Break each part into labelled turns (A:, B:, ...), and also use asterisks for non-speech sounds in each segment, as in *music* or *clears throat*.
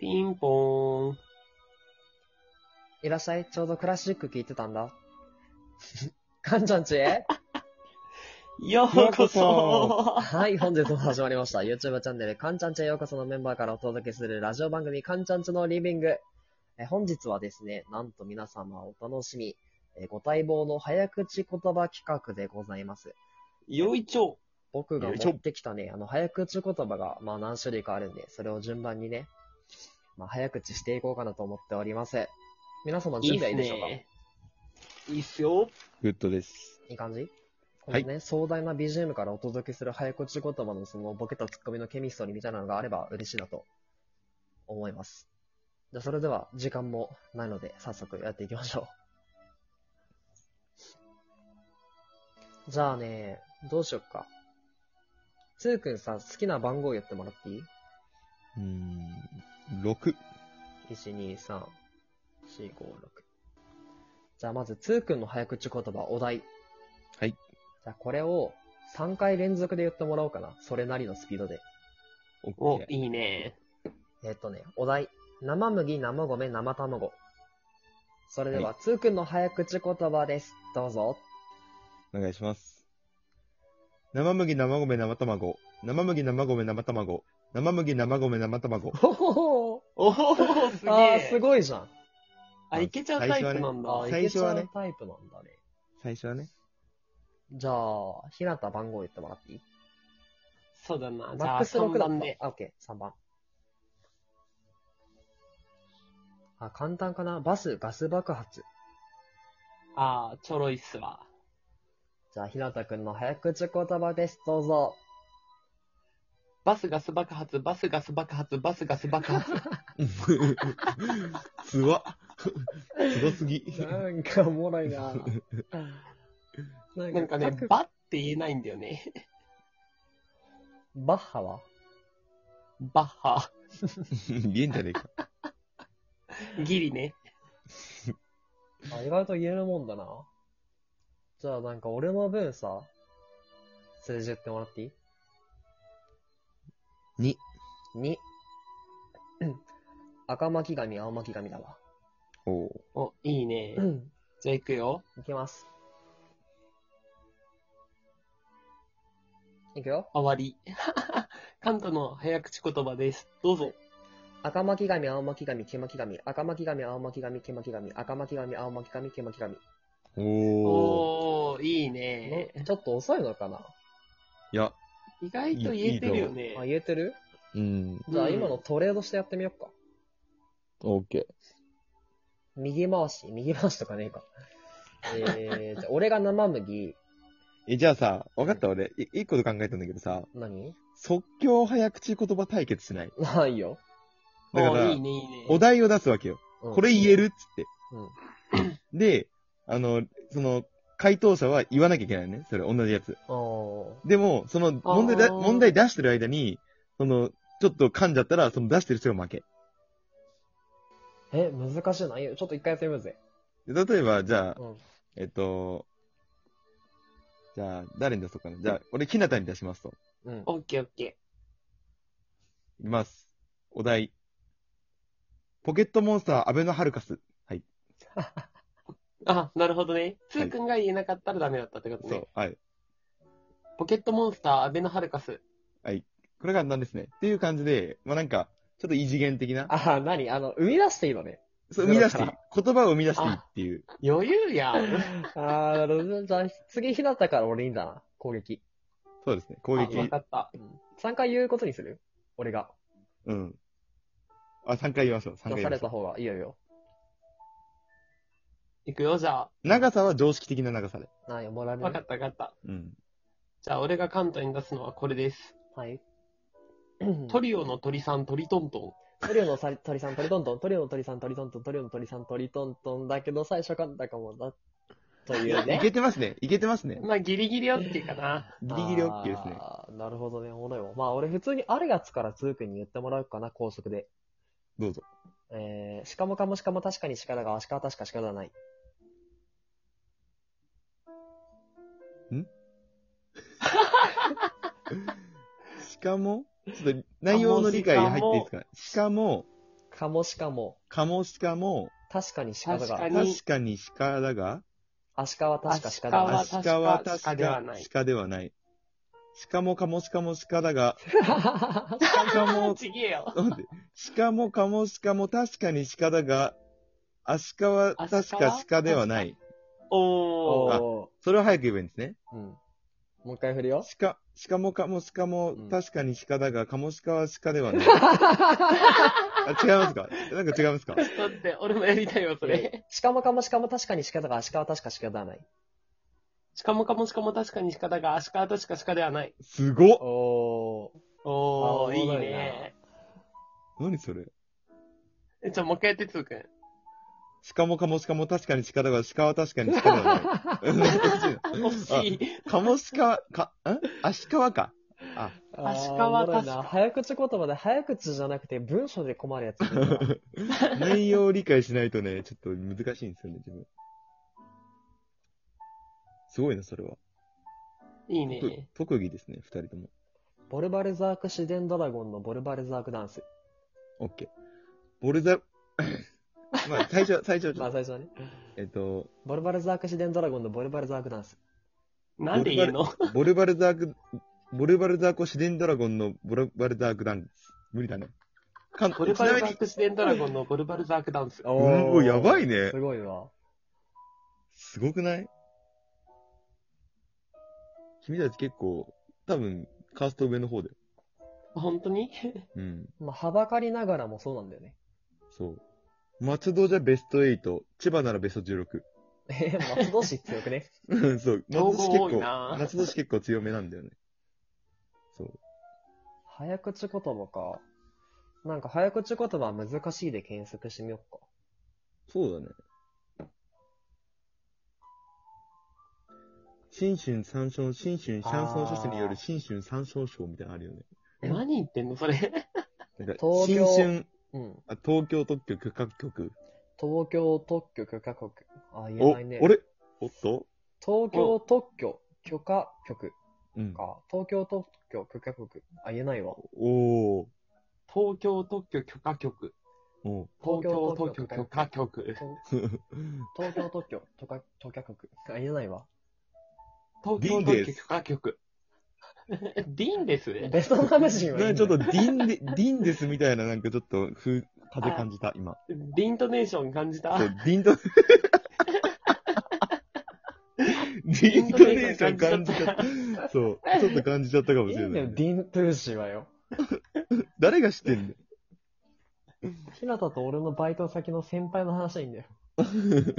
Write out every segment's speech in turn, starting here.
A: ピンポーン。
B: いらっしゃい。ちょうどクラシック聞いてたんだ。 *laughs* かんちゃん
A: *laughs*
B: ちへ
A: ようこそ
B: はい、本日も始まりました。YouTube チャンネル、かんちゃんちへようこそのメンバーからお届けするラジオ番組、かんちゃんちのリビング。え本日はですね、なんと皆様お楽しみ、えご待望の早口言葉企画でございます。
A: よいちょ。
B: 僕が
A: よいしょ
B: 持ってきたね、あの、早口言葉が、まあ何種類かあるんで、それを順番にね、まあ早口していこうかなと思っております。皆様準
A: いいっ
B: 備は
A: す
B: いいでしょうか
A: ね。いいっすよ。
C: グッドです。
B: いい感じこの
C: はい
B: ね、壮大な BGM からお届けする早口言葉のそのボケとツッコミのケミストリーみたいなのがあれば嬉しいなと思います。じゃあそれでは時間もないので早速やっていきましょう。じゃあね、どうしよっか。つーくんさ、好きな番号言ってもらっていいう
C: ーん、6。
B: ?1、2、3、4、5、6。じゃあまずつーくんの早口言葉、お題。
C: はい。
B: じゃあこれを3回連続で言ってもらおうかな。それなりのスピードで。
A: お
C: OK、。
A: いいね。
B: えっとね、お題。生麦、生米、生卵。それでは、
C: は
B: つーくんの早口言葉です。どうぞ。
C: お願いします。生麦、生米、生卵。生麦、生米、生卵。生麦、生米、生卵。
B: ほほほ
A: おおすげ
B: あー、
A: え。
B: すごいじゃん。
A: あ、いけちゃうタイプなんだ。
B: あー、
C: 最初はね
B: いけちゃうタイプなんだね。
C: 最初は
A: *laughs*
C: ね。
B: じゃあ、ひなた番号言ってもらっていい
A: そうだな。じ
B: マッ
A: ゃあ、
B: クス6
A: 3
B: だっ
A: 番で。
B: た。あ、オッケー、3番。あ、簡単かな。バス、ガス爆発。
A: あー、ちょろいっすわ。
B: じゃあ、ひなたくんの早口言葉です。どうぞ。
A: バスガス爆発、バスガス爆発、バスガス爆発。 *laughs*
C: つわ。すごすぎ。
B: なんかおもろいな。な
A: なんかね、
B: 各
A: バって言えないんだよね。
B: バッハは
A: バッハ。
C: 言えんじゃねえか。
A: ギリね。
B: あ意外と言えるもんだな。じゃあなんか俺の分さ、数字言ってもらっていい
C: に。
B: ?2。うん赤巻紙、青巻紙だわ。
C: おう
A: お、いいね。
B: ん。
A: じゃあ、いくよ。
B: いきます。いくよ。
A: 終わり。 *laughs* カントの早口言葉です。どうぞ。
B: 赤巻紙、青巻紙、黄巻紙。赤巻紙、青巻紙、黄巻紙。赤巻紙、青巻紙、黄巻紙。
C: おお
A: おー、いいね。
B: ちょっと遅いのかな、
C: いや、
A: 意外と言えてるよね。
B: あ、言えてる
C: うん。
B: じゃあ
A: うん
B: 今のトレードしてやってみよっか。
C: OK。
B: 右回し、右回しとかねえ
C: *laughs*
B: か。えー、じゃあ俺が生麦、
C: え、じゃあさ、わかった俺、い一個で考えたんだけどさ、
B: 何
C: 即興早口言葉対決しない。
B: ないよ。
C: だから
A: おいいね、いいね。
C: お題を出すわけよ。
B: うん
C: これ言えるっつって。
B: うん。
C: で、あの、その、回答者は言わなきゃいけないのね。それ、同じやつ。
B: お
C: でも、その、問題だ、
A: あー
C: 問題出してる間に、その、ちょっと噛んじゃったら、その出してる人が負け。
B: ーえ、難しいな。いいよちょっと一回やってみようぜ。
C: で例えば、じゃあ
B: う、ん。
C: えっと、じゃあ、誰に出そうかな。じゃあ、俺、ひなたに出しますと。
B: うん。
A: オッケーオッケ
C: いきます。お題。ポケットモンスター、アベノハルカス。はい。
A: ー。あ、なるほどね。つーくんが言えなかったらダメだったってこと
C: そ
A: ね
C: う。。はい。
A: ポケットモンスター、アベノハルカス。
C: これが簡単ですね。っていう感じで、まあ、なんか、ちょっと異次元的な。
B: あ、なにあの、生み出していいのね。
C: そう、生み出していい。言葉を生み出していいっていう。
A: 余裕やん。
B: *laughs* あー、なるほど。じゃあ、次、日だったから俺いいんだな。攻撃。
C: そうですね。攻
A: あわ
C: 撃
A: か。った。
B: うん。3回言うことにする俺が。
C: うん。あ、3回言いましょう。3回
B: 出
C: 言い
B: さ
C: ま
B: れ
C: しょ
B: た方がいいよいいよ。
A: いくよ、じゃ
C: う。長さは常識的な長さで。
B: なんや、もらえ
A: あ。
B: る
A: わかったわかった。
C: うん。
A: じゃあ、俺がカントに出すのはこれです。
C: *clears throat*
B: はい。
A: トリオの鳥さん、鳥トントン。
B: トリオのさ鳥さん、鳥トントン、トリオの鳥さん、鳥トントン、トリオの鳥さん、鳥トントンだけど、最初かんだかもだ。という
C: い
B: ね。
C: けてますね。いけてますね。
A: まあ、ギリギリオッケーかな。
C: ギリギリ OK ですね。
B: あーなるほどね、おもろいわ。まあ、俺普通にあるやつからつーくんに言ってもらうかな、高速で。
C: どうぞ。
B: えー、しかもかもしかも確かに力が、しかは確かしかだない。
C: しかも、ちょっと内容の理解入っていいですかしかも、
B: カモシカも、
C: カモシカも、
B: 確かに鹿だ
A: 確か
B: が
A: に、
C: 確かに鹿だが、
B: アシカは確か鹿
A: ア
B: だ
A: はシ
C: 鹿は確
A: 確か
C: か鹿ではない。鹿もカモシカも鹿だが、
B: が。
C: 鹿も、
A: ちげえよ。
C: なんで鹿もカモシカも確かに鹿だが、アシカは確か鹿ではない。
A: おー。
B: おー
C: それを早く言えばいいんですね。
B: うん。もう一回振るよ。
C: 鹿、鹿もカモシカも
B: うん
C: 確かに鹿だが、カモシカは鹿で
B: *laughs*
C: はない。あ違いますかなんか違いますか
A: だって、俺もやりたいわ、それ。
B: しかもかもしかも確かに鹿だが、アシカは確か鹿ではない。
A: しかもかもしかも確かに鹿だが、アシカは確か鹿ではない。
C: すごっ
B: おー。
A: お
B: あ
A: ー、
B: ー
A: いい
B: おもろい
A: ね。
C: 何それ
A: え、じゃあもう一回やって、つーくん。
C: 鹿もカモシカも確かに鹿だが、鹿は確かに鹿ではない。
B: *laughs*
A: 惜しい。
C: カモシカ、か、んアシカワか。あ、
A: アシカは確か
B: あーおもろいな早口言葉で早口じゃなくて文章で困るやつ。
C: 内容を理解しないとね、ちょっと難しいんですよね、自分。すごいな、それは。
A: いい
C: 特
A: ね。
C: 特技ですね、二人とも。
B: ボルバルザーク自然ドラゴンのボルバルザークダンス。
C: オッケー。ボルザ、 *coughs* まあ、最初、最初、ち
B: ま
C: ょ
B: あ
C: っ
B: 最
C: と
B: 初はね。
C: えっと、
B: ボルバルザーク自然ドラゴンのボルバルザークダンス。
A: なんで言うの
C: ボルバルザーク、ボルバルザーコ自然ドラゴンのボルバルザークダンス。無理だね。かん
A: ボルバル
C: ち
A: ザ
C: なみ
A: ー
C: に
A: ク自然ドラゴンのボルバルザークダンス。
B: お
C: おーやばいね
B: すごいわ。
C: すごくない君たち結構、多分、カースト上の方で。
A: 本当に
C: うん。
B: まあ、はばかりながらもそうなんだよね。 *laughs*
C: そう。松戸じゃベスト8、千葉ならベスト16。
B: え、松戸市強くね。
C: うんそう。
A: 競
C: 松戸市
A: 合
C: 結
A: 多い
C: 構
A: な、
C: 松戸市結構強めなんだよね。そう。
B: 早口言葉か。なんか早口言葉は難しいで検索してみよっか。
C: そうだね。新春三章、新春シャンソン書士による新春三章賞みたいなのあるよね。
A: 何言ってんのそ *laughs* れ。
C: なんか
B: 東
C: 新
B: 京
C: 春
B: うん。
C: あ、東京特許許可局。
B: 東京特許許可局。あ、言え
C: お、
B: ないね。
C: 俺おっと
B: 東京特許許可局
C: うん。
B: か。東京特許許可局。あ、言え
C: *laughs*
B: ないわ。
C: おー。
A: 東京特許許可局。
C: おう
A: 東京特許許可局。
B: 東東京特許許可許可局。あ、言えないわ。
A: 東
C: ディ
A: 京
C: ンで
A: 特
C: す
A: 許許可局。ディンですね。
B: ベトナム人は
C: なん
B: いいんだ
C: か
B: よ
C: ちょっとディンデ、ディンデスみたいななんかちょっと風、風感じた、今。
A: ディントネーション感じた
C: そ。う、ディント、ディントネーション感じちゃった。そう、ちょっと感じちゃったかも
B: い
C: し
B: い
C: れ
B: んだ
C: ない
B: よ、
C: ね。
B: ディン・トゥーシーはよ。
C: 誰が知ってん
B: ひなたと俺のバイト先の先輩の話はいいんだよ。
C: だよ。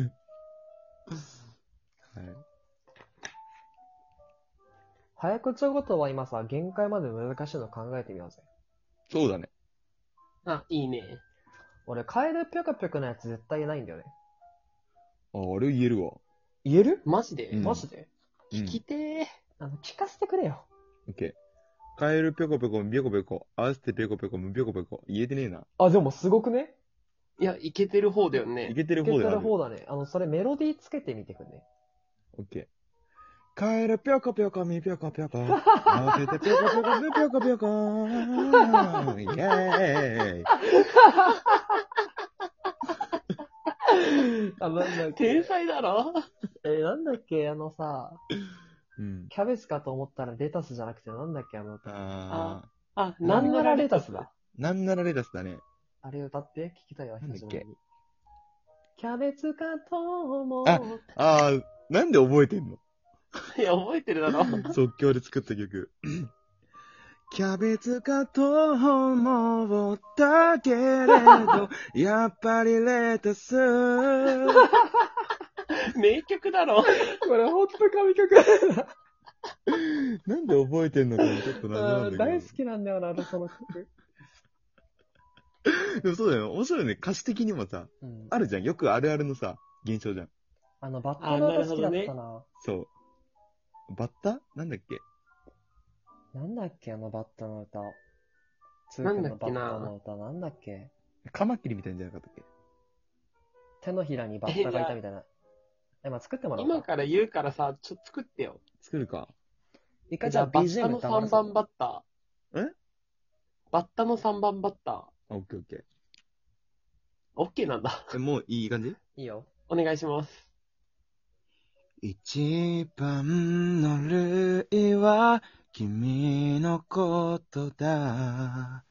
C: はい。
B: 早口言葉は今さ、限界まで難しいの考えてみようぜ。
C: そうだね。
A: あ、いいね。
B: 俺、カエルぴょかぴょかのやつ絶対ないんだよね。
C: あ、あれ言えるわ。
B: 言える
A: マジで、
C: うん
B: マジで
C: うん
A: 聞きてー。
B: あの、聞かせてくれよ。
C: オッケー。カエルぴょこぴょこ、ぴょこぴょこ、合わせてぴょこぴょこ、ぴょこぴょこ。言えてねえな。
B: あ、でもすごくね
A: いや、いけてる方だよ
C: い
A: ね。
C: けてる
B: 聞け
C: 方
B: て
C: であ
B: る
C: る。
B: 方だね。あの、それメロディーつけてみてくんね。
C: オッケー。カエルぴょこぴょこ、みぴょこぴょこ、合わせてぴょこぴょこ、みぴょこぴょこ。イェーイ。
B: あ、なんだっ
A: 天才だろ
B: えーなんだっけあのさ、
C: うん。
B: キャベツかと思ったらレタスじゃなくてなんだっけあの歌。
C: あー。
A: あ、
B: なんならレタ
A: ス。
B: スだ。
C: なんならレタスだね。
B: あれ歌って聞きたいわ、
C: なんだっけ
B: 久しぶりに。キャベツかと思う。
C: あああ、なんで覚えてんの
A: いや、覚えてるだろ。
C: *laughs* 即興で作った曲。 *laughs* キャベツかと思ったけれ *laughs* ど、やっぱりレタ *laughs* ス。
A: 名曲だ *laughs* ろ。
B: これほんと神曲だ
C: なんで覚えてんのかもちょっと謎な
B: なん
C: だ
B: 大
C: け
B: 好きなんだよな、あのその曲。
C: ど。でもそうだよね。面白いね。歌詞的にもさ、
B: うん
C: あるじゃん。よくあるあるのさ、現象じゃん。
B: あの、バッタの歌好きだった
A: あなる
B: な。
A: ほ
C: そう。バッタなんだっけ
B: なんだっけ、あのバッタの歌。通
A: なん
B: 天
A: だ
B: の
A: っ
B: バ
A: け
B: ッ
A: な
B: タの歌、なんだっけ。
C: カマキリみたいなんじゃなかったっけ
B: 手のひらにバッタがいたみたいな。え、まあ、作ってもらおうか。
A: 今から言うからさ、ちょっと作ってよ。
C: 作るか。
B: 一回じ
A: じ
B: ゃ
A: ゃ
B: あ
A: あ、バッタ
B: BGM
A: の
B: 歌わ
A: 3
B: せて
A: 番バッター。
C: え
A: バッタの3番バッター。
C: あ、オッケーオッケ
A: OK
C: ー。
A: なんだ。
C: え、もういい感じ
B: いいよ。
A: お願いします。
C: 一番の類は君のことだ。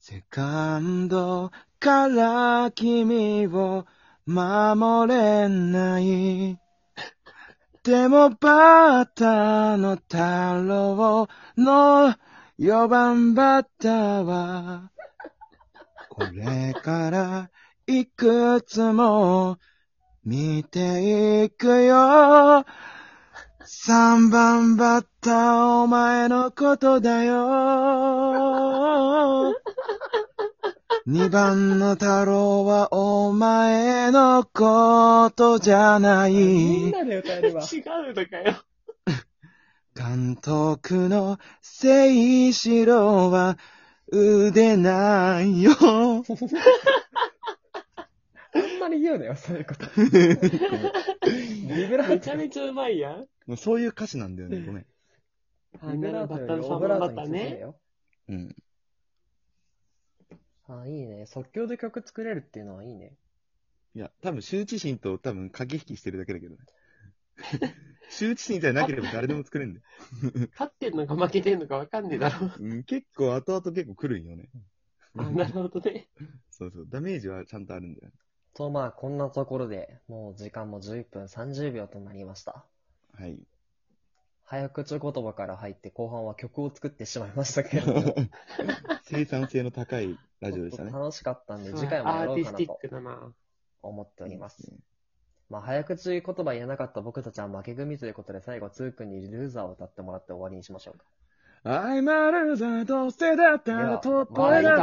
C: セカンドから君を守れない。でもバッターの太郎の4番バッターは、これからいくつも見ていくよ。三番バッターお前のことだよ。二番の太郎はお前のことじゃな
B: みん
C: い。
B: なで歌え
A: 違 *laughs*
B: るわ。
A: うのかよ。
C: 監督の聖志郎は腕ないよ。
B: あんまり言うなよ、そういうこと。ビブラ
A: め
B: ー
A: ち
B: ト
A: ゃ。めちゃうまいやん。
C: もうそういう歌詞なんだよね、ごめん。
B: ビブラートより
A: 三
B: オ
A: 番
B: ブ
A: バッ
B: ラー
A: ター三番バ
B: トに
A: ッター
B: 包め
A: ね。
B: よ。
C: うん。
B: あ、いいね。即興で曲作れるっていうのはいいね。
C: いや、多分羞恥心と多分駆け引きしてるだけだけどね。羞恥心さえなければ誰でも作れるんだよ。
A: 勝ってんのか負けてんのかわかんねえだろ。
C: うん、結構後々結構来るんよね。
A: あ *laughs* なるほどね。
C: そうそう。ダメージはちゃんとあるんだよ。
B: と、まあ、こんなところで、もう時間も11分30秒となりました。
C: はい。、
B: 早口言葉から入って、後半は曲を作ってしまいましたけれども
C: 生産性の高いラジオでしたね。
B: 楽しかったんで、次回もや
A: ア
B: ろ
A: ーテ
B: う
A: ィ
B: か
A: ス
B: な
A: ティッ
B: と
A: クだな。
B: 思っております。
C: ね
B: まあ、早口言葉言えなかった僕たちは負け組ということで、最後、つーくんにルーザーを歌ってもらって終わりにしましょうか。
C: I'm a loser, どうせだったらとっぽえだ